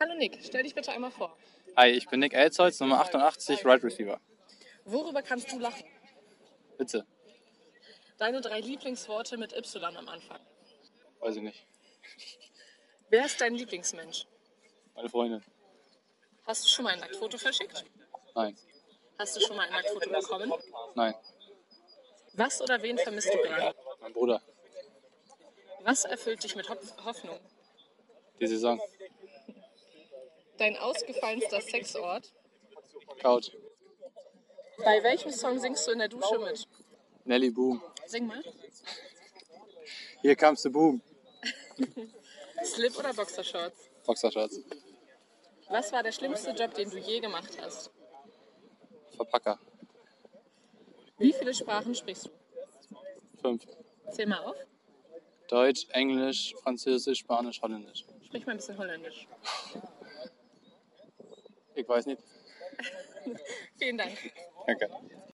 Hallo Nick, stell dich bitte einmal vor. Hi, ich bin Nick Elzholz, Nummer 88, Right Receiver. Worüber kannst du lachen? Witze, Deine drei Lieblingsworte mit Y am Anfang. weiß ich nicht. Wer ist dein Lieblingsmensch? Meine Freundin. Hast du schon mal ein Nacktfoto verschickt? Nein, Hast du schon mal ein Nacktfoto bekommen? nein, Was oder wen vermisst du gerade? mein Bruder. Was erfüllt dich mit Hopf- Hoffnung? Die Saison. Dein ausgefallenster Sexort? Couch. Bei welchem Song singst du in der Dusche mit? Nelly Boom. Sing mal. Hier kamst du Boom. Slip oder Boxershorts? Boxershorts. Was war der schlimmste Job, den du je gemacht hast? Verpacker. Wie viele Sprachen sprichst du? Fünf. Zähl mal auf. Deutsch, Englisch, Französisch, Spanisch, Holländisch. Sprich mal ein bisschen Holländisch. Ich weiß nicht. Vielen Dank. Danke.